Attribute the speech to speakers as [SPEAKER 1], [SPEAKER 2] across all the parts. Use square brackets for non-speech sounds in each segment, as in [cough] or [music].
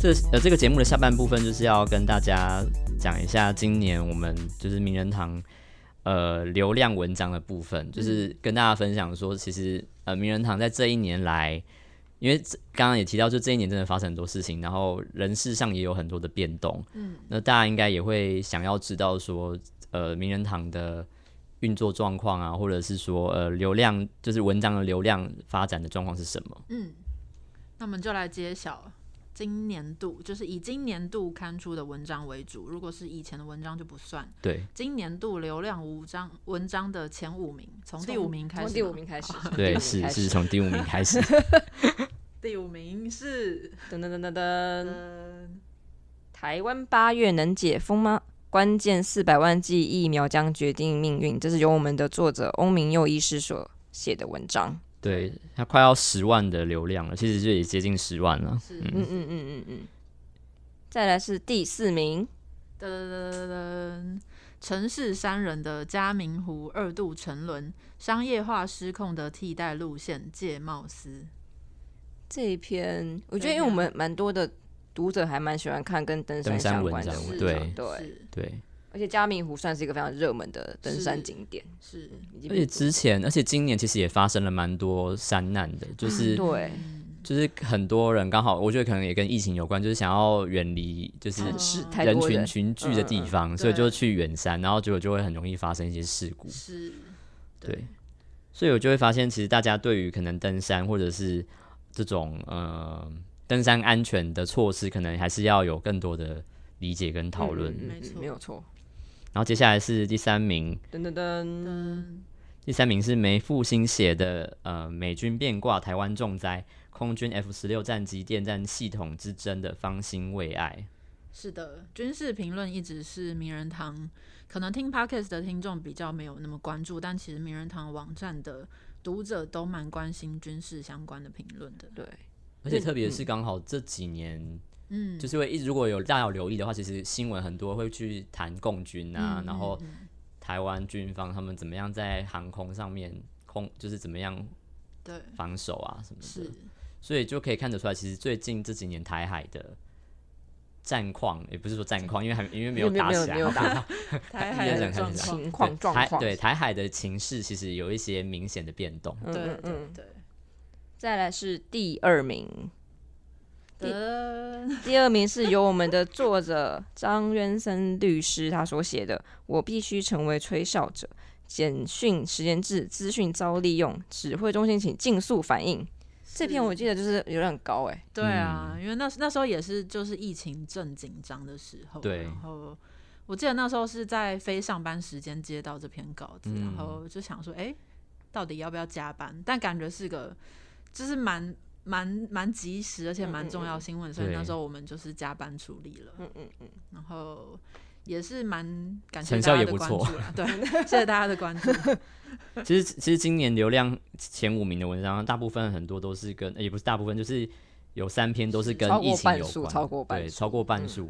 [SPEAKER 1] 这呃，这个节目的下半部分就是要跟大家讲一下今年我们就是名人堂呃流量文章的部分，
[SPEAKER 2] 嗯
[SPEAKER 1] 就是跟大家分享说，其实呃名人堂在这一年来，因为这刚刚也提到，就这一年真的发生很多事情，然后人事上也有很多的变动，嗯，那大家应该也会想要知道说，呃名人堂的运作状况啊，或者是说呃流量，就是文章的流量发展的状况是什么？
[SPEAKER 3] 嗯，那我们就来揭晓今年度，就是以今年度刊出的文章为主。如果是以前的文章就不算。
[SPEAKER 1] 对
[SPEAKER 3] 今年度流量五章文章的前五名，从第五名开始。
[SPEAKER 2] 从第五，名开始，哦从第五
[SPEAKER 1] 对，
[SPEAKER 2] 名
[SPEAKER 1] 是
[SPEAKER 2] 开
[SPEAKER 1] 是
[SPEAKER 2] 始
[SPEAKER 1] 从第五名开始。
[SPEAKER 3] 第五名是
[SPEAKER 2] 噔噔噔噔噔，
[SPEAKER 3] 呃，
[SPEAKER 2] 台湾八月能解封吗？关键四百万剂疫苗将决定命运，这是由我们的作者翁明佑医师所写的文章。
[SPEAKER 1] 对，它快要十万的流量了，其实就也接近十万了。
[SPEAKER 3] 是
[SPEAKER 2] 嗯嗯嗯嗯嗯。再来是第四名，
[SPEAKER 3] 噔噔噔噔，城市三人的嘉明湖二度沉沦，商业化失控的替代路线界貌司。
[SPEAKER 2] 这一篇我觉得，
[SPEAKER 3] 对
[SPEAKER 2] 因为我们蛮多的读者还蛮喜欢看跟登山
[SPEAKER 1] 登山
[SPEAKER 2] 相
[SPEAKER 1] 文
[SPEAKER 2] 关的
[SPEAKER 1] 章
[SPEAKER 2] 文章，
[SPEAKER 1] 对
[SPEAKER 2] 对。
[SPEAKER 3] 是
[SPEAKER 1] 对，
[SPEAKER 2] 而且嘉明湖算是一个非常热门的登山
[SPEAKER 3] 是
[SPEAKER 2] 景点，
[SPEAKER 3] 是，
[SPEAKER 2] 已
[SPEAKER 1] 而
[SPEAKER 2] 经
[SPEAKER 1] 且
[SPEAKER 2] 被
[SPEAKER 1] 之前，而且今年其实也发生了蛮多山难的，就是、
[SPEAKER 2] 对
[SPEAKER 1] 就是很多人刚好，我觉得可能也跟疫情有关，就是想要远离就是
[SPEAKER 3] 嗯
[SPEAKER 2] 是
[SPEAKER 3] 嗯
[SPEAKER 2] 太
[SPEAKER 1] 人
[SPEAKER 2] 多
[SPEAKER 1] 群
[SPEAKER 2] 人，嗯
[SPEAKER 1] 群聚的地方，所以就去远山，然后结果就会很容易发生一些事故。
[SPEAKER 3] 是，
[SPEAKER 1] 对，所以我就会发现，其实大家对于可能登山或者是这种呃登山安全的措施，可能还是要有更多的理解跟讨论。
[SPEAKER 2] 嗯嗯嗯
[SPEAKER 3] 没错
[SPEAKER 2] 没有错。
[SPEAKER 1] 然后接下来是第三名，
[SPEAKER 2] 噔噔噔，
[SPEAKER 3] 嗯，
[SPEAKER 1] 第三名是梅复兴写的，呃，美军变卦台湾重灾，空军 F 十六战机电战系统之争的方兴未艾。
[SPEAKER 3] 是的，军事评论一直是名人堂，可能听 podcast 的听众比较没有那么关注，但其实名人堂网站的读者都蛮关心军事相关的评论的。
[SPEAKER 2] 对，
[SPEAKER 1] 而且特别是刚好这几年，
[SPEAKER 3] 嗯，
[SPEAKER 1] 就是会一直如果有大家有留意的话，其实新闻很多会去谈共军啊，
[SPEAKER 3] 嗯
[SPEAKER 1] 然后
[SPEAKER 3] 嗯嗯
[SPEAKER 1] 台湾军方他们怎么样在航空上面空，就是怎么样
[SPEAKER 3] 对，
[SPEAKER 1] 防守啊什么
[SPEAKER 3] 是
[SPEAKER 1] 的，所以就可以看得出来，其实最近这几年台海的。战况也不是说战况，因为还因为没有
[SPEAKER 2] 没有
[SPEAKER 1] 打
[SPEAKER 2] 没有
[SPEAKER 1] 起来，
[SPEAKER 2] 没有打
[SPEAKER 3] 台
[SPEAKER 1] 海的状
[SPEAKER 3] 状
[SPEAKER 1] 况
[SPEAKER 3] 况，
[SPEAKER 2] 情况状
[SPEAKER 1] 台
[SPEAKER 2] 况，
[SPEAKER 1] 对台海的情势其实有一些明显的变动。
[SPEAKER 2] 嗯
[SPEAKER 3] 对
[SPEAKER 2] 嗯
[SPEAKER 3] 对
[SPEAKER 2] 嗯。
[SPEAKER 3] 对。
[SPEAKER 2] 再来是第二名，第
[SPEAKER 3] 的
[SPEAKER 2] 第二名是由我们的作者张渊森律师他所写的《我必须成为吹哨者》，简讯实验制资讯遭利用，指挥中心请尽速反应。这篇我记得就是有点高哎、
[SPEAKER 3] 对
[SPEAKER 1] 嗯
[SPEAKER 3] 啊，因为那那时候也是就是疫情正紧张的时候，
[SPEAKER 1] 对
[SPEAKER 3] 然后我记得那时候是在非上班时间接到这篇稿子，
[SPEAKER 1] 嗯
[SPEAKER 3] 然后就想说，哎、到底要不要加班？但感觉是个就是蛮蛮蛮及时，而且蛮重要的新闻，所以
[SPEAKER 1] 嗯对
[SPEAKER 3] 那时候我们就是加班处理了，
[SPEAKER 2] 嗯嗯嗯，
[SPEAKER 3] 然后。也是蛮感谢
[SPEAKER 1] 成
[SPEAKER 3] 大
[SPEAKER 1] 效
[SPEAKER 3] 家
[SPEAKER 1] 也
[SPEAKER 3] 的
[SPEAKER 1] 不
[SPEAKER 3] 关
[SPEAKER 1] 错
[SPEAKER 3] 注啦，对，
[SPEAKER 1] [laughs]
[SPEAKER 3] 谢谢大家的关注。
[SPEAKER 1] 其实，其实今年流量前五名的文章，大部分很多都是跟，呃也不是大部分，就是有三篇都是跟
[SPEAKER 2] 超过
[SPEAKER 1] 疫情有
[SPEAKER 2] 半数
[SPEAKER 1] 关，
[SPEAKER 2] 超过半
[SPEAKER 1] 对，
[SPEAKER 2] 数嗯
[SPEAKER 1] 超过半数、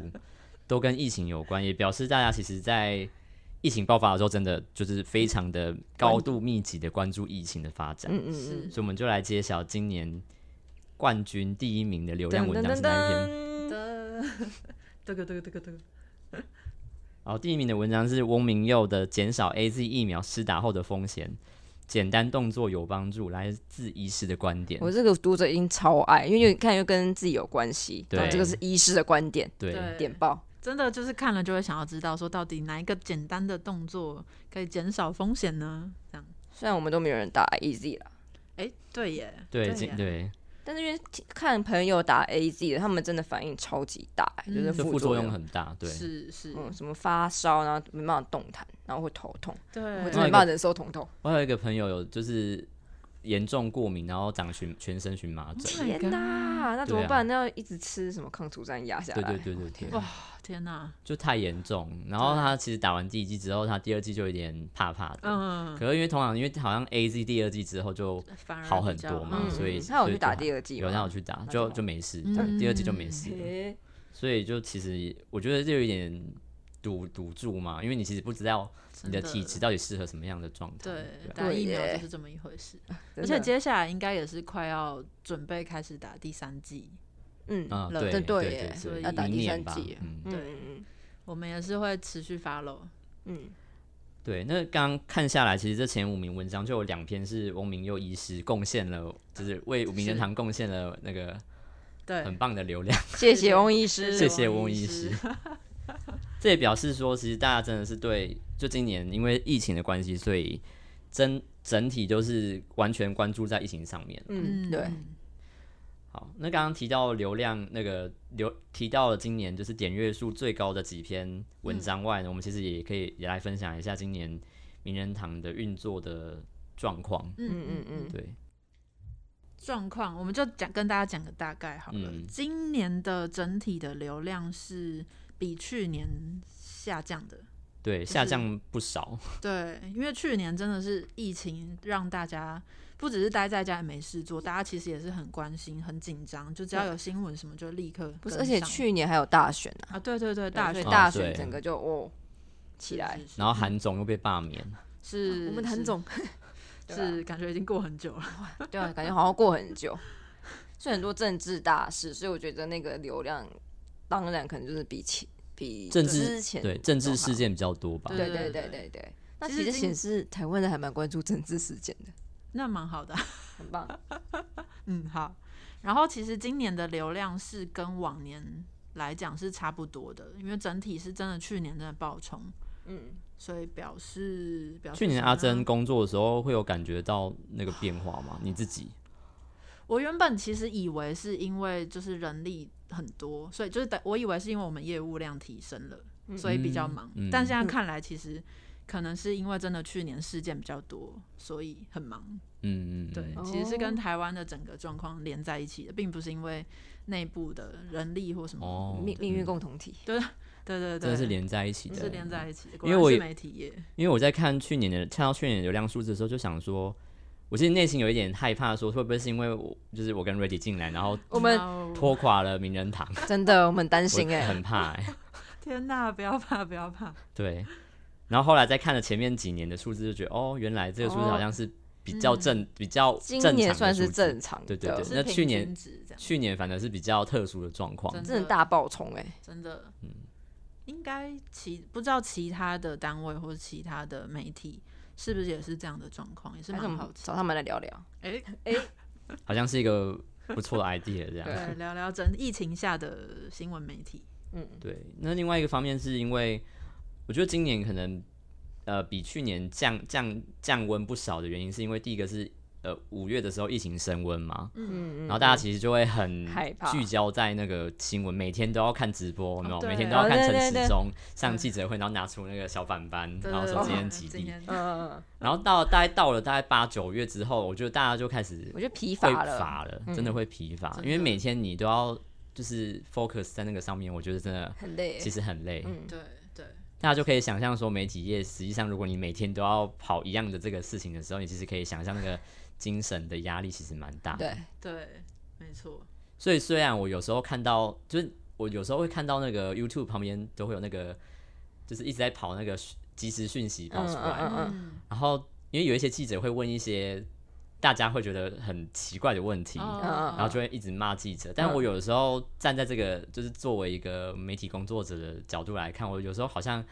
[SPEAKER 1] 都跟疫情有关，也表示大家其实，在疫情爆发的时候，真的就是非常的高度密集的关注疫情的发展。
[SPEAKER 2] 嗯嗯嗯。
[SPEAKER 3] 是
[SPEAKER 1] 所以，我们就来揭晓今年冠军第一名的流量文章是哪一篇。
[SPEAKER 2] 噔，
[SPEAKER 3] 的，这个这个这个这个，
[SPEAKER 1] 好，第一名的文章是翁明佑的《减少 A Z 疫苗施打后的风险》，简单动作有帮助，来自医师的观点。
[SPEAKER 2] 我这个读者已经超爱，因为你看又跟自己有关系，
[SPEAKER 1] 对
[SPEAKER 2] 然后这个是医师的观点
[SPEAKER 1] 对，
[SPEAKER 2] 点爆，
[SPEAKER 3] 真的就是看了就会想要知道，说到底哪一个简单的动作可以减少风险呢？这样，
[SPEAKER 2] 虽然我们都没有人打 AZ 啦，
[SPEAKER 3] 哎、对耶，
[SPEAKER 1] 对，
[SPEAKER 3] 耶
[SPEAKER 1] 今对，
[SPEAKER 2] 但是因为看朋友打 AZ 的，他们真的反应超级大、
[SPEAKER 3] 嗯
[SPEAKER 2] 就是
[SPEAKER 1] 这
[SPEAKER 2] 副
[SPEAKER 1] 副作
[SPEAKER 2] 用
[SPEAKER 1] 用很大，对。
[SPEAKER 3] 是是，
[SPEAKER 2] 嗯，什么发烧，然后没办法动弹，然后会头痛，我
[SPEAKER 3] 对，Oh
[SPEAKER 2] 真的没办法忍受疼痛。
[SPEAKER 1] 我还有一个朋友有就是严重过敏，然后长全全身荨麻疹。
[SPEAKER 3] Oh my
[SPEAKER 2] 天哪，那怎么
[SPEAKER 1] 对啊
[SPEAKER 2] 办？那要一直吃什么抗组胺压下
[SPEAKER 1] 对
[SPEAKER 2] 来？
[SPEAKER 1] 对对对对
[SPEAKER 3] 哇，天哪，
[SPEAKER 1] 就太严重。然后他其实打完第一剂之后，他第二剂就有点怕怕的。
[SPEAKER 3] 嗯，
[SPEAKER 1] 可是因为通常因为好像 A Z 第二剂之后就
[SPEAKER 3] 反而
[SPEAKER 1] 好
[SPEAKER 3] 比
[SPEAKER 1] 很
[SPEAKER 3] 较
[SPEAKER 1] 多嘛
[SPEAKER 3] 嗯
[SPEAKER 1] 所以
[SPEAKER 2] 他有去打
[SPEAKER 1] 所以就
[SPEAKER 2] 第二剂吗，
[SPEAKER 1] 有让我去打，
[SPEAKER 2] 那就
[SPEAKER 1] 就
[SPEAKER 2] 好
[SPEAKER 1] 就没事，
[SPEAKER 3] 嗯
[SPEAKER 1] 对第二剂就没事了。
[SPEAKER 2] 诶
[SPEAKER 1] 所以就其实我觉得就有一点赌赌注嘛，因为你其实不知道你
[SPEAKER 3] 真
[SPEAKER 1] 的
[SPEAKER 3] 的
[SPEAKER 1] 体质到底适合什么样的状态。
[SPEAKER 3] 对
[SPEAKER 1] 对啊
[SPEAKER 3] 打疫苗
[SPEAKER 2] 对耶
[SPEAKER 3] 就是这么一回事，而
[SPEAKER 2] 真
[SPEAKER 3] 且
[SPEAKER 2] 的
[SPEAKER 3] 接下来应该也是快要准备开始打第三剂，
[SPEAKER 2] 嗯
[SPEAKER 1] 啊，
[SPEAKER 3] 了
[SPEAKER 1] 对
[SPEAKER 4] 对对耶
[SPEAKER 1] 对
[SPEAKER 3] 所
[SPEAKER 1] 对，明
[SPEAKER 3] 以要打
[SPEAKER 4] 第
[SPEAKER 1] 年
[SPEAKER 4] 三
[SPEAKER 1] 吧
[SPEAKER 4] 季
[SPEAKER 1] 嗯，
[SPEAKER 2] 嗯
[SPEAKER 3] 对
[SPEAKER 2] 嗯
[SPEAKER 3] 我们也是会持续 follow。
[SPEAKER 2] 嗯
[SPEAKER 1] 对，那刚刚看下来，其实这前五名文章就有两篇是翁明佑医师贡献了，就是为五名人堂贡献了那个很
[SPEAKER 3] 对，
[SPEAKER 1] 棒的流量。
[SPEAKER 2] 谢谢翁医师，
[SPEAKER 1] 谢谢翁医师。这也表示说，其实大家真的是对，就今年因为疫情的关系，所以整整体就是完全关注在疫情上面。
[SPEAKER 2] 嗯对，
[SPEAKER 1] 好，那刚刚提到流量那个流提到了今年就是点阅数最高的几篇文章外呢，我们其实也可以也来分享一下今年名人堂的运作的状况。
[SPEAKER 2] 嗯嗯
[SPEAKER 3] 嗯嗯嗯，
[SPEAKER 2] 嗯
[SPEAKER 1] 对，
[SPEAKER 3] 状况我们就讲跟大家讲个大概好了。
[SPEAKER 1] 嗯
[SPEAKER 3] 今年的整体的流量是比去年下降的，
[SPEAKER 1] 对，
[SPEAKER 3] 是
[SPEAKER 1] 下降不少。 [laughs]
[SPEAKER 3] 对，因为去年真的是疫情让大家不只是待在家里没事做，大家其实也是很关心、很紧张，就只要有新闻什么就立刻
[SPEAKER 2] 不是，而
[SPEAKER 3] 跟
[SPEAKER 2] 且
[SPEAKER 3] 上
[SPEAKER 2] 去年还有大选啊，
[SPEAKER 3] 啊，对对对，
[SPEAKER 2] 大
[SPEAKER 3] 大
[SPEAKER 2] 学
[SPEAKER 3] 学
[SPEAKER 1] 哦
[SPEAKER 2] 大
[SPEAKER 1] 对
[SPEAKER 2] 选整个就哦起来，
[SPEAKER 3] 是是是
[SPEAKER 1] 然后韩总又被罢免，
[SPEAKER 3] 是
[SPEAKER 4] 我们谭
[SPEAKER 3] 是 [laughs] 啊
[SPEAKER 4] 总
[SPEAKER 2] 对吧
[SPEAKER 3] 是感觉已经过很久了，
[SPEAKER 2] 对啊，感觉好像过很久，所以很多政治大事，所以我觉得那个流量当然可能就是比起比
[SPEAKER 1] 政治
[SPEAKER 2] 之前
[SPEAKER 1] 对政治
[SPEAKER 2] 更好
[SPEAKER 1] 事，件比较多吧？
[SPEAKER 3] 对
[SPEAKER 2] 对对
[SPEAKER 3] 对
[SPEAKER 2] 对
[SPEAKER 3] 对
[SPEAKER 2] 对对。那
[SPEAKER 3] 其
[SPEAKER 2] 其
[SPEAKER 3] 实
[SPEAKER 2] 实
[SPEAKER 3] 今
[SPEAKER 2] 显示台湾人还蛮关注政治事件的，
[SPEAKER 3] 那蛮好的。啊
[SPEAKER 2] 很棒。
[SPEAKER 3] 嗯，好。然后其实今年的流量是跟往年来讲是差不多的，因为整体是真的去年真的爆冲，
[SPEAKER 2] 嗯，
[SPEAKER 3] 所以表示表示
[SPEAKER 1] 去年
[SPEAKER 3] 什么
[SPEAKER 1] 阿
[SPEAKER 3] 呢
[SPEAKER 1] 珍，工作的时候，会有感觉到那个变化吗？你自己？
[SPEAKER 3] 我原本其实以为是因为就是人力很多，所以就是等我以为是因为我们业务量提升了，所以比较忙。
[SPEAKER 1] 嗯嗯
[SPEAKER 3] 但现在看来，其实可能是因为真的去年事件比较多，所以很忙。
[SPEAKER 1] 嗯嗯，嗯
[SPEAKER 3] 对，
[SPEAKER 2] 哦
[SPEAKER 3] 其实是跟台湾的整个状况连在一起的，并不是因为内部的人力或什么。
[SPEAKER 1] 哦，
[SPEAKER 2] 命
[SPEAKER 1] 嗯
[SPEAKER 2] 命运共同体，
[SPEAKER 3] 对对对，
[SPEAKER 1] 真的是连在一起的，
[SPEAKER 3] 是连在一起的，
[SPEAKER 1] 因为
[SPEAKER 3] 果然
[SPEAKER 1] 我
[SPEAKER 3] 是
[SPEAKER 1] 也
[SPEAKER 3] 媒体业，
[SPEAKER 1] 因为我在看去年的看到去年的流量数字的时候，就想说，我其实内心有一点害怕，说会不会是因为我就是我跟 Ready 进来，然后
[SPEAKER 2] 我们
[SPEAKER 3] 哇哦
[SPEAKER 1] 拖垮了名人堂，
[SPEAKER 2] 真的我们很担心
[SPEAKER 1] 我
[SPEAKER 2] 哎，
[SPEAKER 1] 很怕哎、
[SPEAKER 3] 天哪，不要怕，不要怕，
[SPEAKER 1] [laughs] 对。然后后来再看了前面几年的数字，就觉得哦，原来这个数字
[SPEAKER 2] 哦嗯
[SPEAKER 1] 好像是比较正、比较
[SPEAKER 2] 今
[SPEAKER 1] 正常
[SPEAKER 2] 年
[SPEAKER 1] 的
[SPEAKER 2] 算是
[SPEAKER 1] 数字
[SPEAKER 2] 正常的，
[SPEAKER 1] 对对对 [laughs]
[SPEAKER 3] 是
[SPEAKER 1] 那
[SPEAKER 3] 平
[SPEAKER 1] 去年
[SPEAKER 3] 均值这样，
[SPEAKER 1] 去年反而是比较特殊的状况，
[SPEAKER 3] 真
[SPEAKER 2] 真的大爆冲哎，
[SPEAKER 3] 真的，
[SPEAKER 1] 嗯
[SPEAKER 3] 应该其不知道其他的单位或者其他的媒体是不是也是这样的状况，也是
[SPEAKER 2] 还是我
[SPEAKER 3] 蛮
[SPEAKER 2] 们
[SPEAKER 3] 哎好奇。
[SPEAKER 2] 找他们来聊聊。
[SPEAKER 3] 哎，
[SPEAKER 1] 好像是一个不错的 idea 这样。
[SPEAKER 2] 对
[SPEAKER 1] [laughs]
[SPEAKER 3] 对，聊聊整疫情下的新闻媒体，
[SPEAKER 2] 嗯，
[SPEAKER 1] 对，那另外一个方面是因为我觉得今年可能呃比去年降降降温不少的原因，是因为第一个是呃五月的时候疫情升温嘛，
[SPEAKER 3] 嗯，
[SPEAKER 1] 然后大家其实就会很
[SPEAKER 2] 害怕
[SPEAKER 1] 聚焦在那个新闻，每天都要看直播，有没有？
[SPEAKER 3] 对
[SPEAKER 1] 每天都要看陈
[SPEAKER 2] 哦对对
[SPEAKER 1] 时
[SPEAKER 2] 对
[SPEAKER 1] 中上记者会，然后拿出那个小板板，
[SPEAKER 3] 对
[SPEAKER 1] 然后
[SPEAKER 3] 对
[SPEAKER 1] 说
[SPEAKER 3] 对
[SPEAKER 1] 今天
[SPEAKER 3] 对
[SPEAKER 1] 几
[SPEAKER 3] 今
[SPEAKER 1] 例，
[SPEAKER 3] 天
[SPEAKER 2] 嗯，
[SPEAKER 1] 然后到大概到了大概八九月之后，我觉得大家就开始
[SPEAKER 2] 我觉得疲
[SPEAKER 1] 会
[SPEAKER 2] 乏了，
[SPEAKER 1] 乏了，真的会疲乏，
[SPEAKER 3] 真
[SPEAKER 1] 因为
[SPEAKER 3] 的
[SPEAKER 1] 每天你都要就是 focus 在那个上面，我觉得真的
[SPEAKER 2] 很累
[SPEAKER 1] 其。实很累。
[SPEAKER 2] 嗯，
[SPEAKER 3] 对对，
[SPEAKER 1] 大家就可以想象说，媒体业实际上，如果你每天都要跑一样的这个事情的时候，你其实可以想象那个精神的压力其实蛮大。
[SPEAKER 2] 对，
[SPEAKER 3] 对，没错，
[SPEAKER 1] 所以虽然我有时候看到，就是我有时候会看到那个 YouTube 旁边都会有那个，就是一直在跑那个讯即时讯息跑出来，
[SPEAKER 2] 嗯
[SPEAKER 3] 嗯，
[SPEAKER 1] 然后因为有一些记者会问一些大家会觉得很奇怪的问题。
[SPEAKER 3] 哦
[SPEAKER 1] 嗯然后就会一直骂记者，
[SPEAKER 3] 嗯
[SPEAKER 1] 但我有的时候站在这个就是作为一个媒体工作者的角度来看，我有时候好像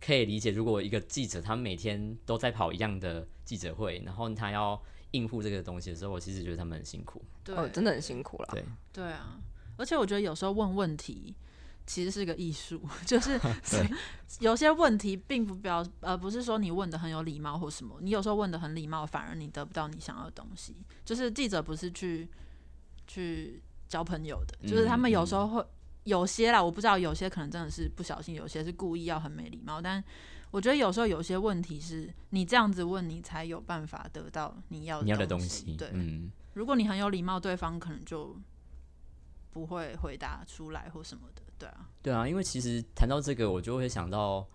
[SPEAKER 1] 可以理解，如果一个记者他每天都在跑一样的记者会，然后他要应付这个东西的时候，我其实觉得他们很辛苦。
[SPEAKER 3] 对
[SPEAKER 2] 哦，真的很辛苦了。
[SPEAKER 1] 对，
[SPEAKER 3] 对啊，而且我觉得有时候问问题其实是个艺术， [laughs] 就是
[SPEAKER 1] [laughs]
[SPEAKER 3] 有些问题并不表呃不是说你问的很有礼貌或什么，你有时候问的很礼貌，反而你得不到你想要的东西。就是记者不是去去交朋友的，就是他们有时
[SPEAKER 1] 嗯
[SPEAKER 3] 候会。有些啦，我不知道，有些可能真的是不小心，有些是故意要很没礼貌。但我觉得有时候有些问题是你这样子问，你才有办法得到你要
[SPEAKER 1] 你要的
[SPEAKER 3] 东
[SPEAKER 1] 东西，
[SPEAKER 3] 对，
[SPEAKER 1] 嗯，
[SPEAKER 3] 如果你很有礼貌，对方可能就不会回答出来或什么的。对啊，
[SPEAKER 1] 对啊，因为其实谈到这个，我就会想到，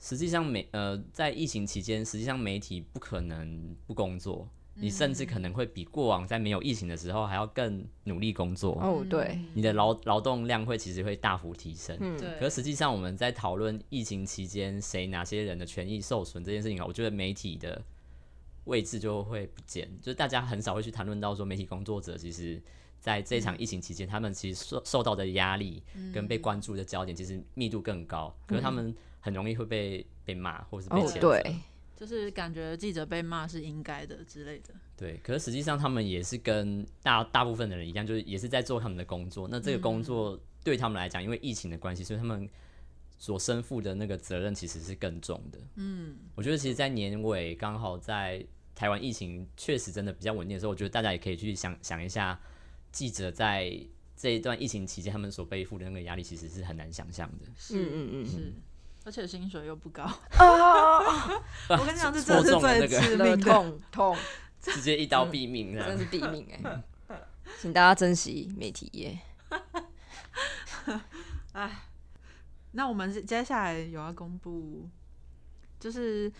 [SPEAKER 1] 实际上媒呃，在疫情期间，实际上媒体不可能不工作，你甚
[SPEAKER 3] 嗯
[SPEAKER 1] 至可能会比过往在没有疫情的时候还要更努力工作，
[SPEAKER 2] 哦，
[SPEAKER 3] 嗯
[SPEAKER 2] 对，
[SPEAKER 1] 你的劳劳动量会其实会大幅提升。
[SPEAKER 2] 嗯，
[SPEAKER 3] 对，
[SPEAKER 1] 可实际上我们在讨论疫情期间谁哪些人的权益受损这件事情啊，我觉得媒体的位置就会不见，就是大家很少会去谈论到说媒体工作者其实。在这场疫情期间，他们其实受受到的压力跟被关注的焦点，其实密度更高。可是他们很容易会被被骂，或是被
[SPEAKER 2] 哦
[SPEAKER 1] 谴责。
[SPEAKER 2] 对，
[SPEAKER 3] 就是感觉记者被骂是应该的之类的。
[SPEAKER 1] 对，可是实际上他们也是跟大大部分的人一样，就是也是在做他们的工作。那这个工作对他们来讲，因为疫情的关系，所以他们所身负的那个责任其实是更重的。嗯，我觉得其实，在年尾刚好在台湾疫情确实真的比较稳定的时候，我觉得大家也可以去想想一下，记者在这一段疫情期间他们所背负的那个压力，其实是很难想象的。 [laughs]
[SPEAKER 3] 是
[SPEAKER 2] 嗯嗯嗯，
[SPEAKER 3] 是，而且薪水又不高。
[SPEAKER 2] 啊，
[SPEAKER 3] [laughs] 我跟你讲，这
[SPEAKER 1] [laughs] 戳
[SPEAKER 3] 真的是
[SPEAKER 1] 中了那
[SPEAKER 3] 最
[SPEAKER 1] 个
[SPEAKER 3] [laughs] 致
[SPEAKER 2] 的
[SPEAKER 3] 命的。
[SPEAKER 2] 痛痛，
[SPEAKER 1] 直接一刀毙命这样
[SPEAKER 2] 真是毙命哎，请大家珍惜媒体业。
[SPEAKER 3] 那我们是接下来有要公布，就是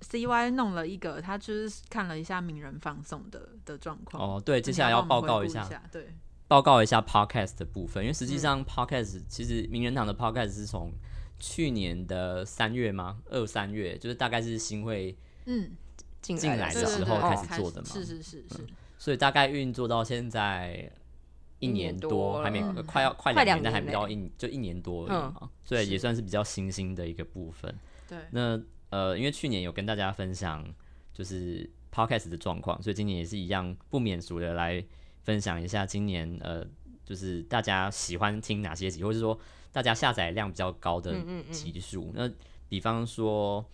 [SPEAKER 3] CY 弄了一个，他就是看了一下名人放送的的状况。
[SPEAKER 1] 哦，对，
[SPEAKER 3] 那
[SPEAKER 1] 接
[SPEAKER 3] 你
[SPEAKER 1] 下来
[SPEAKER 3] 要
[SPEAKER 1] 要
[SPEAKER 3] 帮
[SPEAKER 1] 报
[SPEAKER 3] 我们
[SPEAKER 1] 告
[SPEAKER 3] 回
[SPEAKER 1] 一
[SPEAKER 3] 顾
[SPEAKER 1] 下
[SPEAKER 3] 一。下，对，
[SPEAKER 1] 报告一下 podcast 的部分，因为实际上 podcast、其实名人堂的 podcast 是从去年的三月吗？二三月，就是大概是新会，
[SPEAKER 3] 嗯，
[SPEAKER 2] 进
[SPEAKER 1] 进
[SPEAKER 2] 来
[SPEAKER 1] 来
[SPEAKER 3] 对
[SPEAKER 2] 的
[SPEAKER 1] 的
[SPEAKER 3] 对
[SPEAKER 1] 时
[SPEAKER 3] 对
[SPEAKER 1] 候
[SPEAKER 3] 对
[SPEAKER 1] 开
[SPEAKER 2] 哦
[SPEAKER 1] 始做的嘛嗯
[SPEAKER 3] 是是是是，
[SPEAKER 1] 所以大概运作到现在一
[SPEAKER 2] 一
[SPEAKER 1] 年
[SPEAKER 2] 年
[SPEAKER 1] 多，
[SPEAKER 2] 多
[SPEAKER 1] 还没、
[SPEAKER 3] 了
[SPEAKER 1] 呃快要快
[SPEAKER 2] 快
[SPEAKER 1] 两
[SPEAKER 2] 两
[SPEAKER 1] 但还
[SPEAKER 2] 年
[SPEAKER 1] 不
[SPEAKER 2] 嘞
[SPEAKER 1] 到一就一年多而已嘛，所以也
[SPEAKER 3] 是
[SPEAKER 1] 算是比较新兴的一个部分。
[SPEAKER 3] 对，
[SPEAKER 1] 那呃，因为去年有跟大家分享就是 podcast 的状况，所以今年也是一样不免俗的来分享一下今年呃，就是大家喜欢听哪些集，或者是说大家下载量比较高的
[SPEAKER 2] 嗯嗯嗯
[SPEAKER 1] 集数。那比方说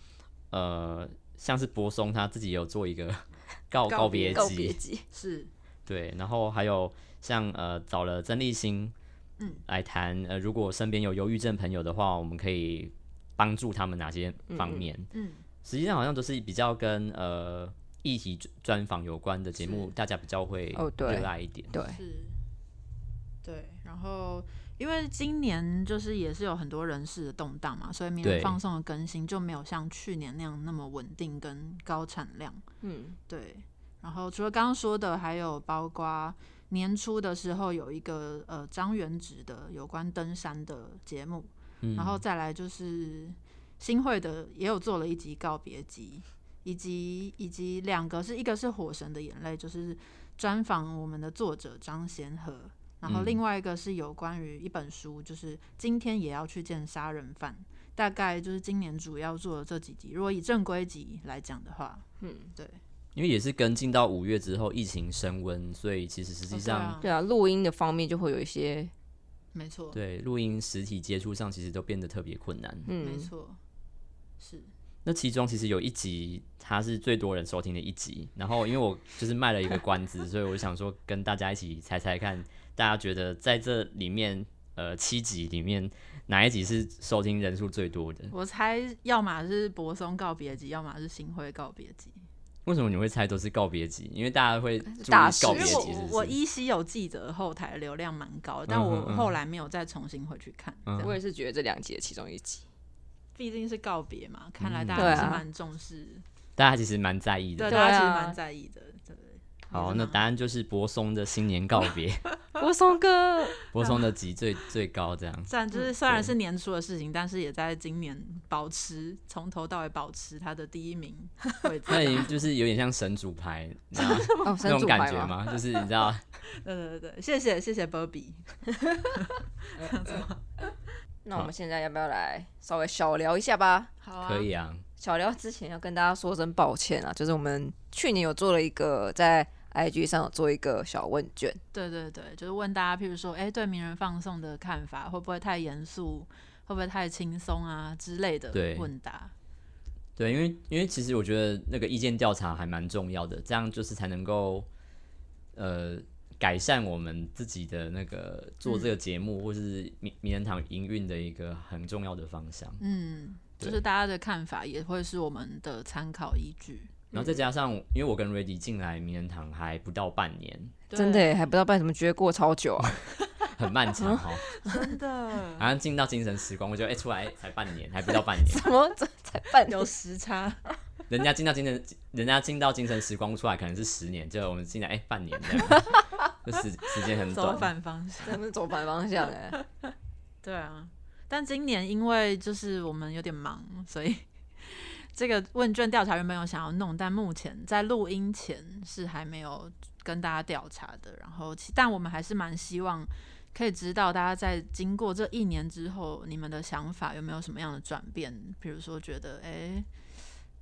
[SPEAKER 1] 呃，像是柏松他自己有做一个 [laughs] 告告别
[SPEAKER 2] 告别
[SPEAKER 1] 集，
[SPEAKER 2] 集，
[SPEAKER 3] 是
[SPEAKER 1] 对，然后还有像呃找了曾立新。
[SPEAKER 3] 嗯，
[SPEAKER 1] 来谈呃，如果身边有忧郁症朋友的话，我们可以帮助他们哪些方面？
[SPEAKER 3] 嗯，
[SPEAKER 1] 实际上好像都是比较跟呃议题专专访有关的节目，大家比较会
[SPEAKER 2] 哦对
[SPEAKER 1] 热爱一点。
[SPEAKER 2] 对，
[SPEAKER 3] 是，对。然后，因为今年就是也是有很多人事的动荡嘛，所以名人
[SPEAKER 1] 对
[SPEAKER 3] 放送的更新就没有像去年那样那么稳定跟高产量。
[SPEAKER 2] 嗯，
[SPEAKER 3] 对。然后除了刚刚说的，还有包括年初的时候有一个呃张元直的有关登山的节目，
[SPEAKER 1] 嗯
[SPEAKER 3] 然后再来就是新会的也有做了一集告别集，以及以及两个是一个是《火神的眼泪》，就是专访我们的作者张贤和，然后
[SPEAKER 1] 嗯
[SPEAKER 3] 另外一个是有关于一本书，就是今天也要去见杀人犯。大概就是今年主要做的这几集，如果以正规集来讲的话，
[SPEAKER 2] 嗯，
[SPEAKER 3] 对，
[SPEAKER 1] 因为也是跟进到五月之后，疫情升温，所以其实实际上、
[SPEAKER 3] 哦对啊
[SPEAKER 2] 对啊，录音的方面就会有一些，
[SPEAKER 3] 没错，
[SPEAKER 1] 对录音实体接触上，其实都变得特别困难。
[SPEAKER 3] 没
[SPEAKER 2] 嗯，
[SPEAKER 3] 错，是
[SPEAKER 1] 那其中其实有一集，它是最多人收听的一集。然后因为我就是卖了一个关子，所以我想说跟大家一起猜猜看，大家觉得在这里面，呃，七集里面哪一集是收听人数最多的？
[SPEAKER 3] 我猜，要么是柏松告别集，要么是新会告别集。
[SPEAKER 1] 为什么你会猜都是告别集？因为大家会注意
[SPEAKER 2] 大事
[SPEAKER 1] 告
[SPEAKER 3] 因
[SPEAKER 1] 别
[SPEAKER 3] 为
[SPEAKER 1] 集
[SPEAKER 3] 我
[SPEAKER 1] 是不
[SPEAKER 3] 我
[SPEAKER 1] 是，
[SPEAKER 3] 我依稀有记得后台流量蛮高的，但
[SPEAKER 1] 嗯哼
[SPEAKER 3] 我
[SPEAKER 1] 嗯
[SPEAKER 3] 后来没有再重新回去看，
[SPEAKER 1] 嗯
[SPEAKER 3] 这
[SPEAKER 2] 我
[SPEAKER 3] 样
[SPEAKER 2] 也是觉得这两集的其中一集，
[SPEAKER 3] 毕竟是告别嘛，看来大
[SPEAKER 1] 嗯
[SPEAKER 3] 家还
[SPEAKER 2] 对
[SPEAKER 3] 是
[SPEAKER 2] 啊
[SPEAKER 3] 蛮重视，
[SPEAKER 1] 大家其实蛮在意
[SPEAKER 3] 对
[SPEAKER 1] 的。
[SPEAKER 2] 对啊
[SPEAKER 3] 大家其实蛮在意的。对，
[SPEAKER 1] 好，
[SPEAKER 3] 也是
[SPEAKER 1] 那
[SPEAKER 3] 蛮
[SPEAKER 1] 答案就是柏松的新年告
[SPEAKER 3] [laughs]
[SPEAKER 1] 别，
[SPEAKER 2] 我松哥，
[SPEAKER 1] 柏松的级最最高这样。
[SPEAKER 3] 但就是虽然是年初的事情，但是也在今年保持从头到尾保持他的第
[SPEAKER 1] [laughs]
[SPEAKER 3] 一名位置。
[SPEAKER 1] 那已经就是有点像神主牌，你知
[SPEAKER 3] [laughs]
[SPEAKER 1] 道 [laughs]
[SPEAKER 2] 哦，
[SPEAKER 1] 那
[SPEAKER 2] 神
[SPEAKER 1] 种
[SPEAKER 2] 主
[SPEAKER 1] 感
[SPEAKER 2] 牌
[SPEAKER 1] 觉
[SPEAKER 2] 吗？
[SPEAKER 1] 吗？就是你知道，
[SPEAKER 3] 对对对，对谢谢谢谢 Bobby。
[SPEAKER 2] 那我
[SPEAKER 1] 嗯
[SPEAKER 2] 们现在要不要来稍微小聊一下吧？
[SPEAKER 3] 好啊，
[SPEAKER 1] 可以啊，
[SPEAKER 2] 小聊之前要跟大家说声抱歉啊，就是我们去年有做了一个在 IG 上有做一个小问卷，
[SPEAKER 3] 对对对，就是问大家，譬如说，哎，对名人放送的看法会不会太严肃，会不会太轻松啊之类的
[SPEAKER 1] 对
[SPEAKER 3] 问答。
[SPEAKER 1] 对，因为因为其实我觉得那个意见调查还蛮重要的，这样就是才能够呃改善我们自己的那个做这个节目、或是名名人堂营运的一个很重要的方向。
[SPEAKER 3] 嗯，就
[SPEAKER 1] 对
[SPEAKER 3] 是大家的看法也会是我们的参考依据。
[SPEAKER 1] 然后再加上，因为我跟 Ready 进来名人堂还不到半年，
[SPEAKER 3] [laughs]
[SPEAKER 2] 真的耶欸还不知道办什么，觉得过超久啊。
[SPEAKER 1] 很漫长
[SPEAKER 2] [laughs]
[SPEAKER 1] 哦，
[SPEAKER 3] 真的
[SPEAKER 1] 好像进到精神时光，我觉得哎、出来才半年，还不到半年。
[SPEAKER 2] 怎么这才半
[SPEAKER 3] 有时差，
[SPEAKER 1] 人家进到精神，人家进到精神时光出来可能是十年，就我们进来哎、半年这样， [laughs] 就时时间很
[SPEAKER 3] 走
[SPEAKER 1] 短。
[SPEAKER 3] 反方向。
[SPEAKER 2] 咱们走反方向哎、
[SPEAKER 3] 对啊，但今年因为就是我们有点忙，所以 [laughs] 这个问卷调查原本有想要弄，但目前在录音前是还没有跟大家调查的。然后其，但我们还是蛮希望可以知道大家在经过这一年之后，你们的想法有没有什么样的转变？比如说觉得哎。诶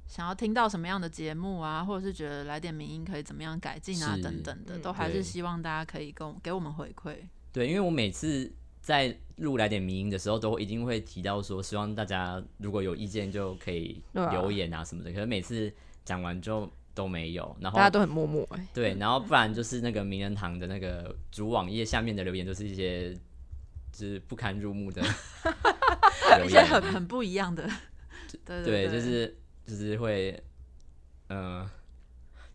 [SPEAKER 3] 想要听到什么样的节目啊，或者是觉得来点民音可以怎么样改进啊，
[SPEAKER 1] 是
[SPEAKER 3] 等等的，
[SPEAKER 2] 嗯
[SPEAKER 3] 都还是
[SPEAKER 1] 对
[SPEAKER 3] 希望大家可以跟我给我们回馈。
[SPEAKER 1] 对，因为我每次在录来点迷音的时候，都一定会提到说，希望大家如果有意见就可以
[SPEAKER 2] 对啊
[SPEAKER 1] 留言啊什么的。可是每次讲完就都没有，然后
[SPEAKER 2] 大家都很默默哎、
[SPEAKER 3] 嗯
[SPEAKER 1] 对，然后不然就是那个名人堂的那个主网页下面的留言都是一些就是不堪入
[SPEAKER 3] [laughs]
[SPEAKER 1] 目的留
[SPEAKER 3] 一些
[SPEAKER 1] 言，
[SPEAKER 3] 很很不一样的，对
[SPEAKER 1] 对，
[SPEAKER 3] 对，
[SPEAKER 1] 就是就是会，嗯、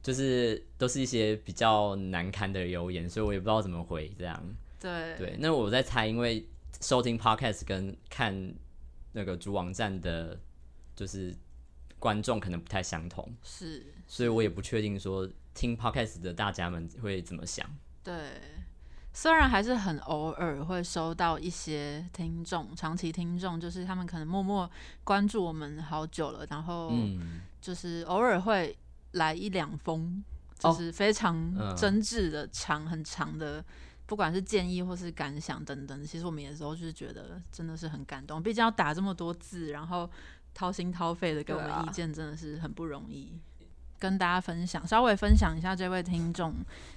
[SPEAKER 1] 就是都是一些比较难堪的留言，所以我也不知道怎么回这样。
[SPEAKER 3] 对
[SPEAKER 1] 对，那我在猜，因为收听 podcast 跟看那个主网站的，就是观众可能不太相同，
[SPEAKER 3] 是，
[SPEAKER 1] 所以我也不确定说听 podcast 的大家们会怎么想。
[SPEAKER 3] 对。虽然还是很偶尔会收到一些听众，长期听众就是他们可能默默关注我们好久了，然后
[SPEAKER 1] 嗯，
[SPEAKER 3] 就是偶尔会来一两封，
[SPEAKER 1] 哦
[SPEAKER 3] 就是非常
[SPEAKER 1] 嗯
[SPEAKER 3] 真挚的长、很长的，不管是建议或是感想等等，其实我们有时候就是觉得真的是很感动，毕竟要打这么多字，然后掏心掏肺的给我
[SPEAKER 2] 对啊
[SPEAKER 3] 们意见，真的是很不容易。跟大家分享，稍微分享一下这位听众，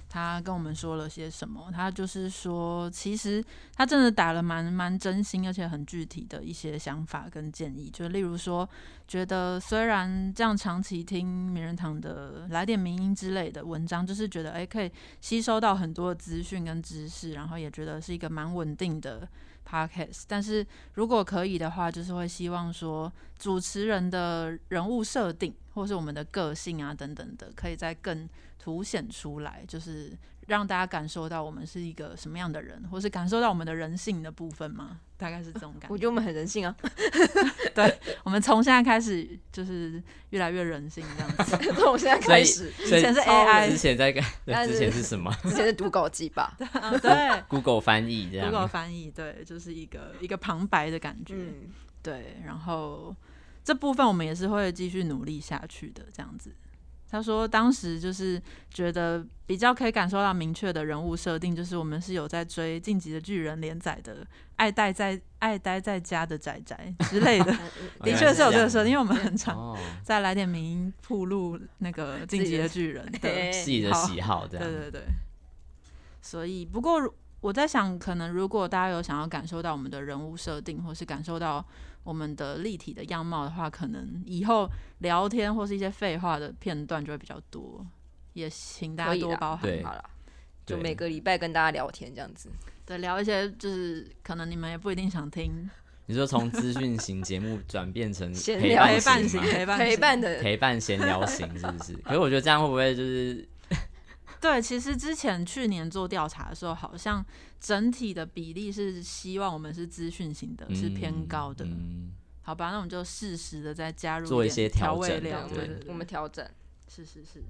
[SPEAKER 3] 他跟我们说了些什么。他就是说，其实他真的打了蛮蛮真心，而且很具体的一些想法跟建议，就例如说，觉得虽然这样长期听名人堂的来点名音之类的文章，就是觉得诶可以吸收到很多的资讯跟知识，然后也觉得是一个蛮稳定的 podcast。但是如果可以的话，就是会希望说主持人的人物设定，或是我们的个性啊等等的，可以再更凸显出来，就是让大家感受到我们是一个什么样的人，或是感受到我们的人性的部分嘛，大概是这种感
[SPEAKER 2] [laughs] 我
[SPEAKER 3] 觉
[SPEAKER 2] 觉。得我们很人性啊，
[SPEAKER 3] 我们从现在开始就是越来越人性这样
[SPEAKER 2] [laughs]
[SPEAKER 3] 子。
[SPEAKER 2] 从我现在开始，
[SPEAKER 3] [laughs] 以
[SPEAKER 1] 所哦
[SPEAKER 3] 前是
[SPEAKER 2] 超人
[SPEAKER 3] AI
[SPEAKER 1] 之前
[SPEAKER 3] [laughs]
[SPEAKER 1] 在干，
[SPEAKER 2] 但
[SPEAKER 1] 对，
[SPEAKER 2] 是
[SPEAKER 1] 之前是什么
[SPEAKER 2] 之前是读稿记吧，
[SPEAKER 3] 啊对
[SPEAKER 1] ？Google 翻译 [laughs] 这
[SPEAKER 3] ，Google
[SPEAKER 1] 样。
[SPEAKER 3] 翻译对，就是一个一个旁白的感觉。
[SPEAKER 2] 嗯，
[SPEAKER 3] 对，然后这部分我们也是会继续努力下去的，这样子。他说，当时就是觉得比较可以感受到明确的人物设定，就是我们是有在追《晋级的巨人》连载的，爱待在爱待在家的宅宅之类
[SPEAKER 2] [laughs]
[SPEAKER 3] 的，的确是有这个设定，因为我们很常
[SPEAKER 1] 哦，
[SPEAKER 3] 再来点名音铺路那个《晋级的巨人》的
[SPEAKER 2] 嘿
[SPEAKER 1] 自己的喜好这
[SPEAKER 3] 哎对
[SPEAKER 1] 样。
[SPEAKER 3] 对对，所以不过如我在想，可能如果大家有想要感受到我们的人物设定，或是感受到我们的立体的样貌的话，可能以后聊天或是一些废话的片段就会比较多，也请大
[SPEAKER 2] 可
[SPEAKER 3] 家
[SPEAKER 2] 以
[SPEAKER 3] 多
[SPEAKER 2] 啦
[SPEAKER 3] 包涵。
[SPEAKER 1] 对
[SPEAKER 2] 好了，就
[SPEAKER 1] 对
[SPEAKER 2] 每个礼拜跟大家聊天这样子，
[SPEAKER 3] 对，聊一些就是可能你们也不一定想
[SPEAKER 1] [laughs]
[SPEAKER 3] 听
[SPEAKER 1] 你说从资讯型节目转变
[SPEAKER 3] [laughs]
[SPEAKER 1] 成
[SPEAKER 2] 闲
[SPEAKER 1] 陪
[SPEAKER 2] 聊
[SPEAKER 1] 伴
[SPEAKER 3] 陪伴
[SPEAKER 1] 型
[SPEAKER 3] 型
[SPEAKER 1] 吗
[SPEAKER 3] 陪伴
[SPEAKER 2] 陪
[SPEAKER 3] 型
[SPEAKER 2] 伴的
[SPEAKER 1] 陪伴闲聊型是不是？ [laughs] 可是我觉得这样会不会就是
[SPEAKER 3] 对，其实之前去年做调查的时候，好像整体的比例是希望我们是资讯型的，是偏
[SPEAKER 1] 嗯
[SPEAKER 3] 高的。
[SPEAKER 1] 嗯
[SPEAKER 3] 好吧，那我们就适时的再加入
[SPEAKER 1] 做一
[SPEAKER 3] 点
[SPEAKER 1] 些
[SPEAKER 3] 调
[SPEAKER 1] 调
[SPEAKER 3] 味
[SPEAKER 1] 整
[SPEAKER 2] 对
[SPEAKER 3] 料，
[SPEAKER 2] 我
[SPEAKER 1] 对
[SPEAKER 3] 对对
[SPEAKER 2] 们
[SPEAKER 3] 对，
[SPEAKER 2] 我们调整，
[SPEAKER 3] 是是是，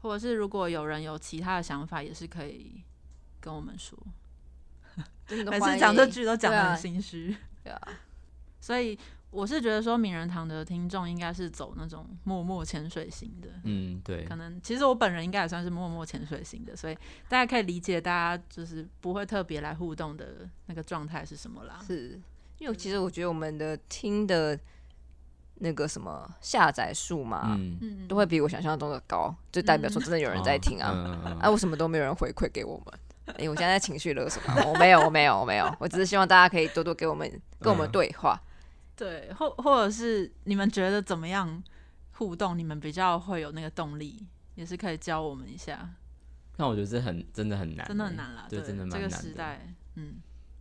[SPEAKER 3] 或者是如果有人有其他的想法，也是可以跟我们说。
[SPEAKER 2] 真的
[SPEAKER 3] 每
[SPEAKER 2] 欢
[SPEAKER 3] 次
[SPEAKER 2] 迎
[SPEAKER 3] 讲这句都讲
[SPEAKER 2] 对
[SPEAKER 3] 的
[SPEAKER 2] 啊
[SPEAKER 3] 很心虚，
[SPEAKER 2] 对啊，
[SPEAKER 3] 所以我是觉得说名人堂的听众应该是走那种默默潜水型的。
[SPEAKER 1] 嗯对
[SPEAKER 3] 可能其实我本人应该也算是默默潜水型的，所以大家可以理解大家就是不会特别来互动的那个状态是什么啦。
[SPEAKER 2] 是因为其实我觉得我们的听的那个什么下载数嘛，
[SPEAKER 1] 嗯
[SPEAKER 3] 嗯，
[SPEAKER 2] 都会比我想象中的高，就代表说真的有人在听啊。
[SPEAKER 1] 嗯嗯
[SPEAKER 2] 啊，为什么都没有人回馈给我们？哎、我现在在情绪勒索吗？我没有，我没有，我没有，我只是希望大家可以多多给我们跟我们
[SPEAKER 1] 嗯
[SPEAKER 2] 对话。
[SPEAKER 3] 对，或或者是你们觉得怎么样互动，你们比较会有那个动力，也是可以教我们一下，
[SPEAKER 1] 那我觉得这很真的很难欸，
[SPEAKER 3] 真的很难啦，
[SPEAKER 1] 对，真的
[SPEAKER 3] 这
[SPEAKER 1] 蛮
[SPEAKER 3] 个
[SPEAKER 1] 难
[SPEAKER 3] 时
[SPEAKER 1] 的。
[SPEAKER 3] 代，嗯，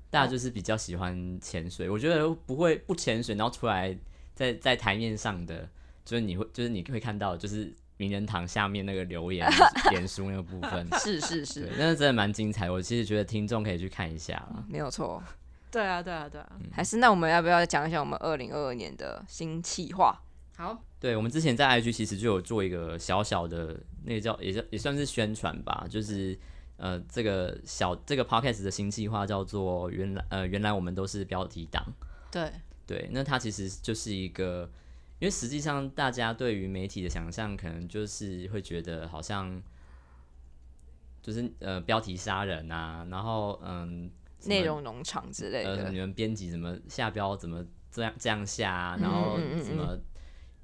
[SPEAKER 1] 大家就是比较喜欢潜水，我觉得不会不潜水，然后出来在在台面上的，就是你会就是你会看到就是名人堂下面那个留言脸书那个部分，
[SPEAKER 2] [laughs] 是是
[SPEAKER 1] 对
[SPEAKER 2] 是，，
[SPEAKER 1] 那真的蛮精彩。我其实觉得听众可以去看一下啦。
[SPEAKER 2] 没有错。
[SPEAKER 1] 嗯
[SPEAKER 3] 对啊，对啊，对啊，
[SPEAKER 2] 还是那我们要不要讲一下我们二零二二年的新企划？
[SPEAKER 3] 好，
[SPEAKER 1] 对，我们之前在 IG 其实就有做一个小小的，那个叫也叫也算是宣传吧，就是呃这个小这个 podcast 的新计划叫做原来呃原来我们都是标题党，
[SPEAKER 3] 对，
[SPEAKER 1] 对，那它其实就是一个，因为实际上大家对于媒体的想象可能就是会觉得好像就是呃标题杀人啊，然后嗯什么
[SPEAKER 2] 内容农场之类
[SPEAKER 1] 呃，
[SPEAKER 2] 的
[SPEAKER 1] 你，们编辑怎么下标怎么这样这样下、啊，
[SPEAKER 3] 嗯
[SPEAKER 1] 然后
[SPEAKER 2] 嗯嗯嗯
[SPEAKER 1] 什么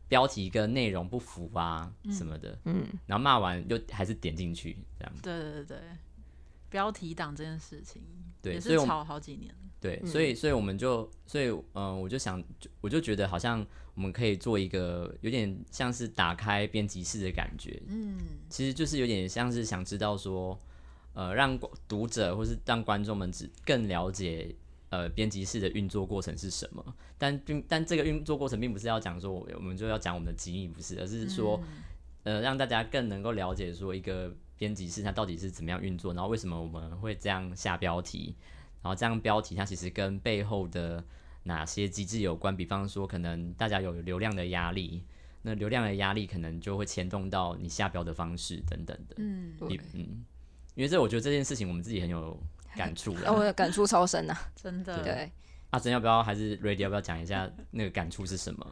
[SPEAKER 1] 标题跟内容不符啊、什么的，嗯，然后骂完又还是点进去这样，
[SPEAKER 3] 对对对，标题党这件事情
[SPEAKER 1] 对，
[SPEAKER 3] 也
[SPEAKER 1] 所以
[SPEAKER 3] 是
[SPEAKER 1] 我们
[SPEAKER 3] 吵好几年。
[SPEAKER 1] 对，所以所以我们就所以呃，我就想就我就觉得好像我们可以做一个有点像是打开编辑室的感觉，
[SPEAKER 3] 嗯，
[SPEAKER 1] 其实就是有点像是想知道说，呃，让读者或是让观众们只更了解呃编辑室的运作过程是什么。但并但这个运作过程并不是要讲说我我们就要讲我们的机密，不是，而是说、呃让大家更能够了解说一个编辑室它到底是怎么样运作，然后为什么我们会这样下标题，然后这样标题它其实跟背后的。哪些机制有关？比方说，可能大家有流量的压力，那流量的压力可能就会牵动到你下标的方式等等的。
[SPEAKER 3] 嗯，
[SPEAKER 2] 对
[SPEAKER 1] 你嗯，因为这我觉得这件事情我们自己很有感触
[SPEAKER 2] 哦，我
[SPEAKER 1] 啦。
[SPEAKER 2] 的感触超深呐、啊。
[SPEAKER 3] 真的，
[SPEAKER 2] 对，
[SPEAKER 1] 阿珍要不要还是 Ready 要不要讲一下那个感触是什么？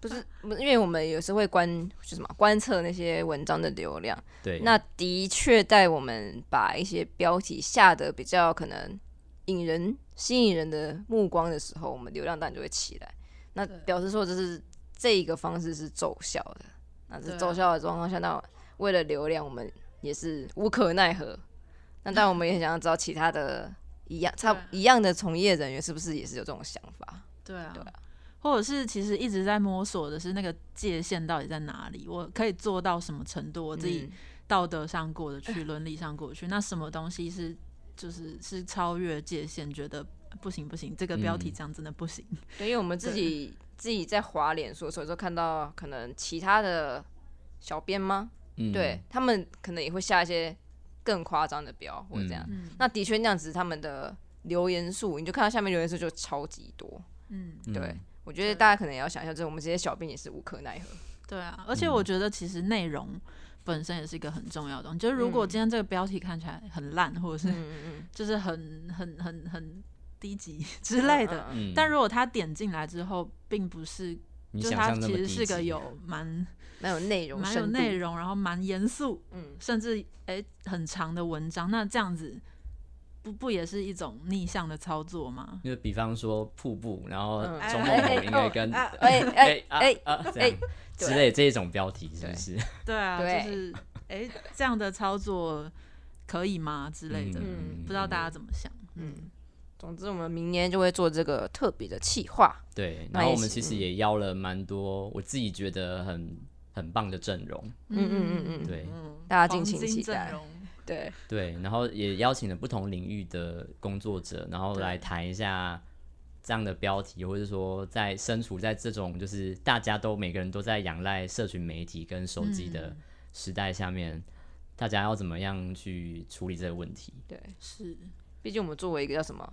[SPEAKER 2] 不是，不是因为我们有时会观就是什么观测那些文章的流量，
[SPEAKER 3] [laughs]
[SPEAKER 1] 对，
[SPEAKER 2] 那的确在我们把一些标题下的比较可能引人、吸引人的目光的时候，我们流量当然就会起来。那
[SPEAKER 3] 对
[SPEAKER 2] 表示说，这是这一个方式是奏效的。那
[SPEAKER 3] 对
[SPEAKER 2] 是
[SPEAKER 3] 啊
[SPEAKER 2] 奏效的状况下，那为了流量，我们也是无可奈何。那但我们也很想要知道其他的一 [laughs] 样差不
[SPEAKER 3] 对啊
[SPEAKER 2] 一样的从业人员是不是也是有这种想法？
[SPEAKER 3] 对啊，
[SPEAKER 2] 对
[SPEAKER 3] 或者是其实一直在摸索的是那个界限到底在哪里，我可以做到什么程度，我自己
[SPEAKER 2] 嗯
[SPEAKER 3] 道德上过得去，伦理上过得去，那什么东西是就是是超越界限，觉得不行不行，这个标题
[SPEAKER 1] 嗯
[SPEAKER 3] 这样真的不行。
[SPEAKER 2] 对，因为我们自己自己在滑脸书的时候，就看到可能其他的小编吗？
[SPEAKER 1] 嗯
[SPEAKER 2] 对，他们可能也会下一些更夸张的标或者这样。
[SPEAKER 3] 嗯
[SPEAKER 2] 那的确那样子，他们的留言数，你就看到下面留言数就超级多。
[SPEAKER 3] 嗯，
[SPEAKER 1] 嗯
[SPEAKER 2] 对、我觉
[SPEAKER 3] 对
[SPEAKER 2] 得大家可能也要想一下，就是我们这些小编也是无可奈何。
[SPEAKER 3] 对啊，而
[SPEAKER 1] 嗯
[SPEAKER 3] 且我觉得其实内容本身也是一个很重要的东西，就是如果
[SPEAKER 2] 嗯
[SPEAKER 3] 今天这个标题看起来很烂，或者是
[SPEAKER 2] [laughs] 嗯嗯
[SPEAKER 3] [laughs] 就是很很很很低 [laughs] 级之类的。
[SPEAKER 1] 嗯，
[SPEAKER 2] 嗯
[SPEAKER 3] 但如果他点进来之后，并不是，
[SPEAKER 1] 你
[SPEAKER 3] 就
[SPEAKER 1] 想
[SPEAKER 3] 他
[SPEAKER 1] 象那
[SPEAKER 3] 其
[SPEAKER 1] 么
[SPEAKER 3] 实
[SPEAKER 1] 低
[SPEAKER 3] 是个
[SPEAKER 1] 级
[SPEAKER 3] 有蛮
[SPEAKER 2] 蛮有内容，
[SPEAKER 3] 蛮有内
[SPEAKER 2] 内容。
[SPEAKER 3] 容，然后蛮严肃，
[SPEAKER 2] 嗯，
[SPEAKER 3] 甚至诶、很长的文章，那这样子不不也是一种逆向的操作吗？
[SPEAKER 1] 就比方说瀑布，然后
[SPEAKER 2] 嗯
[SPEAKER 1] 周梦红应该跟
[SPEAKER 3] 哎
[SPEAKER 2] 哎哎哎
[SPEAKER 1] 哎啊这
[SPEAKER 2] 哎
[SPEAKER 1] 样
[SPEAKER 2] 对
[SPEAKER 1] 之类这种标题是不是？
[SPEAKER 3] 对啊，
[SPEAKER 2] 对
[SPEAKER 3] 就是诶、这样的操作可以吗之类的？
[SPEAKER 2] 嗯
[SPEAKER 3] 不知道大家怎么想。
[SPEAKER 2] 嗯。总之，我们明年就会做这个特别的企划。
[SPEAKER 1] 对，
[SPEAKER 2] 那
[SPEAKER 1] 然后
[SPEAKER 2] 也
[SPEAKER 1] 我们
[SPEAKER 2] 是
[SPEAKER 1] 其实
[SPEAKER 3] 嗯
[SPEAKER 1] 也邀了蛮多我自己觉得很很棒的阵容，
[SPEAKER 2] 嗯嗯嗯嗯，
[SPEAKER 1] 对
[SPEAKER 3] 嗯
[SPEAKER 2] 大家敬请
[SPEAKER 3] 黄金
[SPEAKER 2] 期
[SPEAKER 3] 阵
[SPEAKER 2] 待
[SPEAKER 3] 容
[SPEAKER 2] 对，
[SPEAKER 1] 对，然后也邀请了不同领域的工作者，然后
[SPEAKER 3] 对
[SPEAKER 1] 来谈一下这样的标题，或者说在身处在这种就是大家都每个人都在仰赖社群媒体跟手机的
[SPEAKER 3] 嗯
[SPEAKER 1] 时代下面，大家要怎么样去处理这个问题？
[SPEAKER 3] 是
[SPEAKER 2] 毕竟我们作为一个叫什么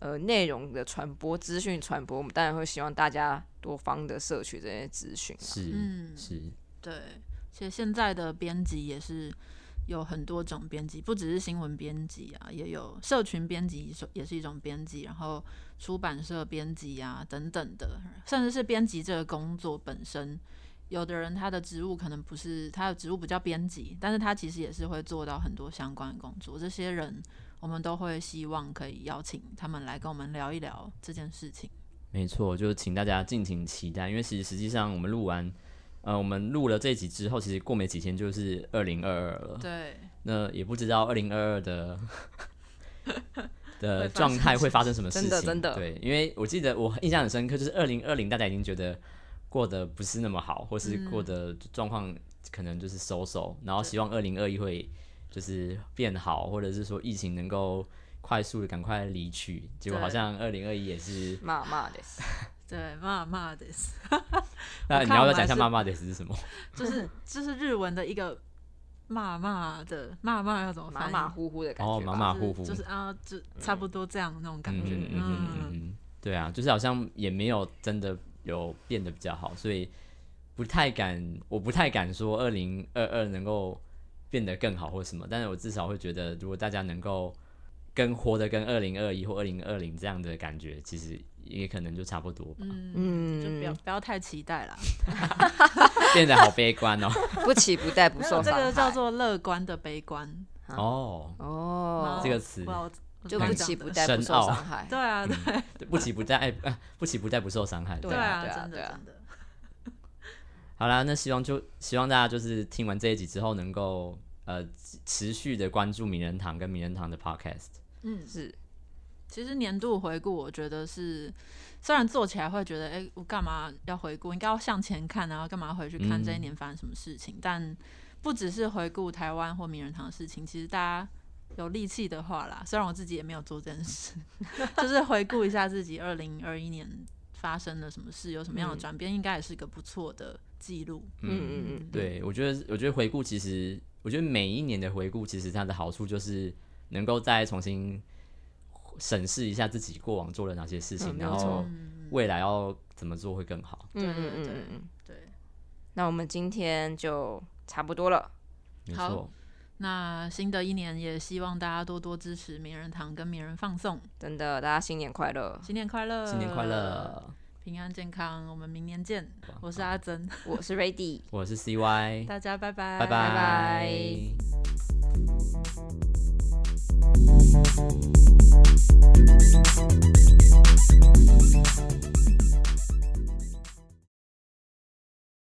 [SPEAKER 2] 呃内容的传播、资讯传播，我们当然会希望大家多方的摄取这些资讯啊。
[SPEAKER 1] 是、
[SPEAKER 3] 嗯
[SPEAKER 1] 是，
[SPEAKER 3] 对，其实现在的编辑也是有很多种编辑，不只是新闻编辑啊，也有社群编辑，也是一种编辑，然后出版社编辑啊等等的，甚至是编辑这个工作本身。有的人他的职务可能不是他的职务不叫编辑，但是他其实也是会做到很多相关的工作。这些人我们都会希望可以邀请他们来跟我们聊一聊这件事情。
[SPEAKER 1] 没错，就是请大家敬请期待，因为其实实际上我们录完，呃，我们录了这集之后，其实过没几天就是二零二二了，
[SPEAKER 3] 对，
[SPEAKER 1] 那也不知道二零二二
[SPEAKER 3] [laughs]
[SPEAKER 1] 的的
[SPEAKER 3] 会发生
[SPEAKER 1] 状态会发生什么事情。
[SPEAKER 2] 真的真的
[SPEAKER 1] 对，因为我记得我印象很深刻，就是二零二零大家已经觉得过得不是那么好，或是过得状况可能就是收收，然后希望二零二一会就是变好，或者是说疫情能够快速的赶快离去。结果好像二零二一也是，
[SPEAKER 2] 骂骂的，
[SPEAKER 3] 对，骂骂的。
[SPEAKER 1] 那
[SPEAKER 3] 我
[SPEAKER 1] 你
[SPEAKER 3] 看
[SPEAKER 1] 要不
[SPEAKER 3] 我
[SPEAKER 1] 要
[SPEAKER 3] 们
[SPEAKER 1] 讲一下
[SPEAKER 3] 还是
[SPEAKER 1] 妈妈的是什么？
[SPEAKER 3] 就是就是日文的一个骂骂的骂骂要怎么
[SPEAKER 2] 马
[SPEAKER 3] 翻译？
[SPEAKER 2] 马虎虎的感
[SPEAKER 1] 哦
[SPEAKER 2] 觉
[SPEAKER 1] 马
[SPEAKER 2] 吧。
[SPEAKER 1] 马虎虎
[SPEAKER 3] 就是就是啊，就
[SPEAKER 2] 嗯
[SPEAKER 3] 差不多这样那种
[SPEAKER 1] 嗯
[SPEAKER 3] 感觉。
[SPEAKER 1] 嗯嗯嗯嗯，嗯，对啊，就是好像也没有真的有变得比较好，所以不太敢，我不太敢说二零二二能够变得更好或什么，但是我至少会觉得，如果大家能够跟活得跟二零二一或二零二零这样的感觉，其实也可能就差不多吧。
[SPEAKER 3] 嗯，就不要不要太期待啦。
[SPEAKER 1] 变得好悲观哦。
[SPEAKER 2] 不期不待，
[SPEAKER 3] [laughs]
[SPEAKER 2] 不
[SPEAKER 3] 没
[SPEAKER 2] 受
[SPEAKER 3] 有这
[SPEAKER 2] 伤害。
[SPEAKER 3] 个叫做乐观的悲观，
[SPEAKER 1] 哦，
[SPEAKER 2] 哦，
[SPEAKER 1] 这个词
[SPEAKER 3] 不知道我我
[SPEAKER 2] 就
[SPEAKER 3] 怎么
[SPEAKER 2] 不
[SPEAKER 3] 讲
[SPEAKER 2] 期
[SPEAKER 3] 的
[SPEAKER 2] 不待，
[SPEAKER 1] 深
[SPEAKER 2] 不受
[SPEAKER 1] 奥
[SPEAKER 2] 伤害。
[SPEAKER 3] 对啊，对
[SPEAKER 1] 不期不待，哎呃不期不待不受伤害。
[SPEAKER 2] 对
[SPEAKER 3] 对
[SPEAKER 2] 啊
[SPEAKER 3] 啊，
[SPEAKER 2] 对啊
[SPEAKER 3] 真的
[SPEAKER 2] 对啊
[SPEAKER 3] 真的，
[SPEAKER 1] 好啦，那希望就希望大家就是听完这一集之后，能够呃持续的关注名人堂跟名人堂的 podcast。
[SPEAKER 3] 嗯，
[SPEAKER 2] 是
[SPEAKER 3] 其实年度回顾，我觉得是虽然做起来会觉得，哎、我干嘛要回顾？应该要向前看，然后干嘛回去看
[SPEAKER 1] 嗯
[SPEAKER 3] 这一年发生什么事情？但不只是回顾台湾或名人堂的事情，其实大家有力气的话啦，虽然我自己也没有做这件事， [laughs] 就是回顾一下自己二零二一年发生了什么事，有什么样的
[SPEAKER 2] 嗯
[SPEAKER 3] 转变，应该也是个不错的记录。
[SPEAKER 2] 嗯嗯嗯
[SPEAKER 1] 对，我觉得我觉得回顾其实，我觉得每一年的回顾其实它的好处就是能够再重新审视一下自己过往做了哪些事情，
[SPEAKER 2] 嗯没有
[SPEAKER 1] 然
[SPEAKER 2] 错
[SPEAKER 1] 后
[SPEAKER 3] 嗯，
[SPEAKER 1] 未来要怎么做会更好。
[SPEAKER 2] 嗯
[SPEAKER 3] 对
[SPEAKER 2] 嗯嗯
[SPEAKER 3] 对
[SPEAKER 2] 嗯嗯。
[SPEAKER 3] 对。
[SPEAKER 2] 那我们今天就差不多了，
[SPEAKER 1] 没
[SPEAKER 3] 好
[SPEAKER 1] 错，
[SPEAKER 3] 那新的一年也希望大家多多支持名人堂跟名人放送，
[SPEAKER 2] 真的，大家新年快乐！
[SPEAKER 3] 新年快乐，
[SPEAKER 1] 新年快！
[SPEAKER 2] 呃
[SPEAKER 1] 乐！
[SPEAKER 3] 平安健康，我们明年见。我是阿珍，
[SPEAKER 2] 我是 Ready。
[SPEAKER 1] 我是 CY，
[SPEAKER 3] 大家拜拜，
[SPEAKER 1] 拜
[SPEAKER 2] 拜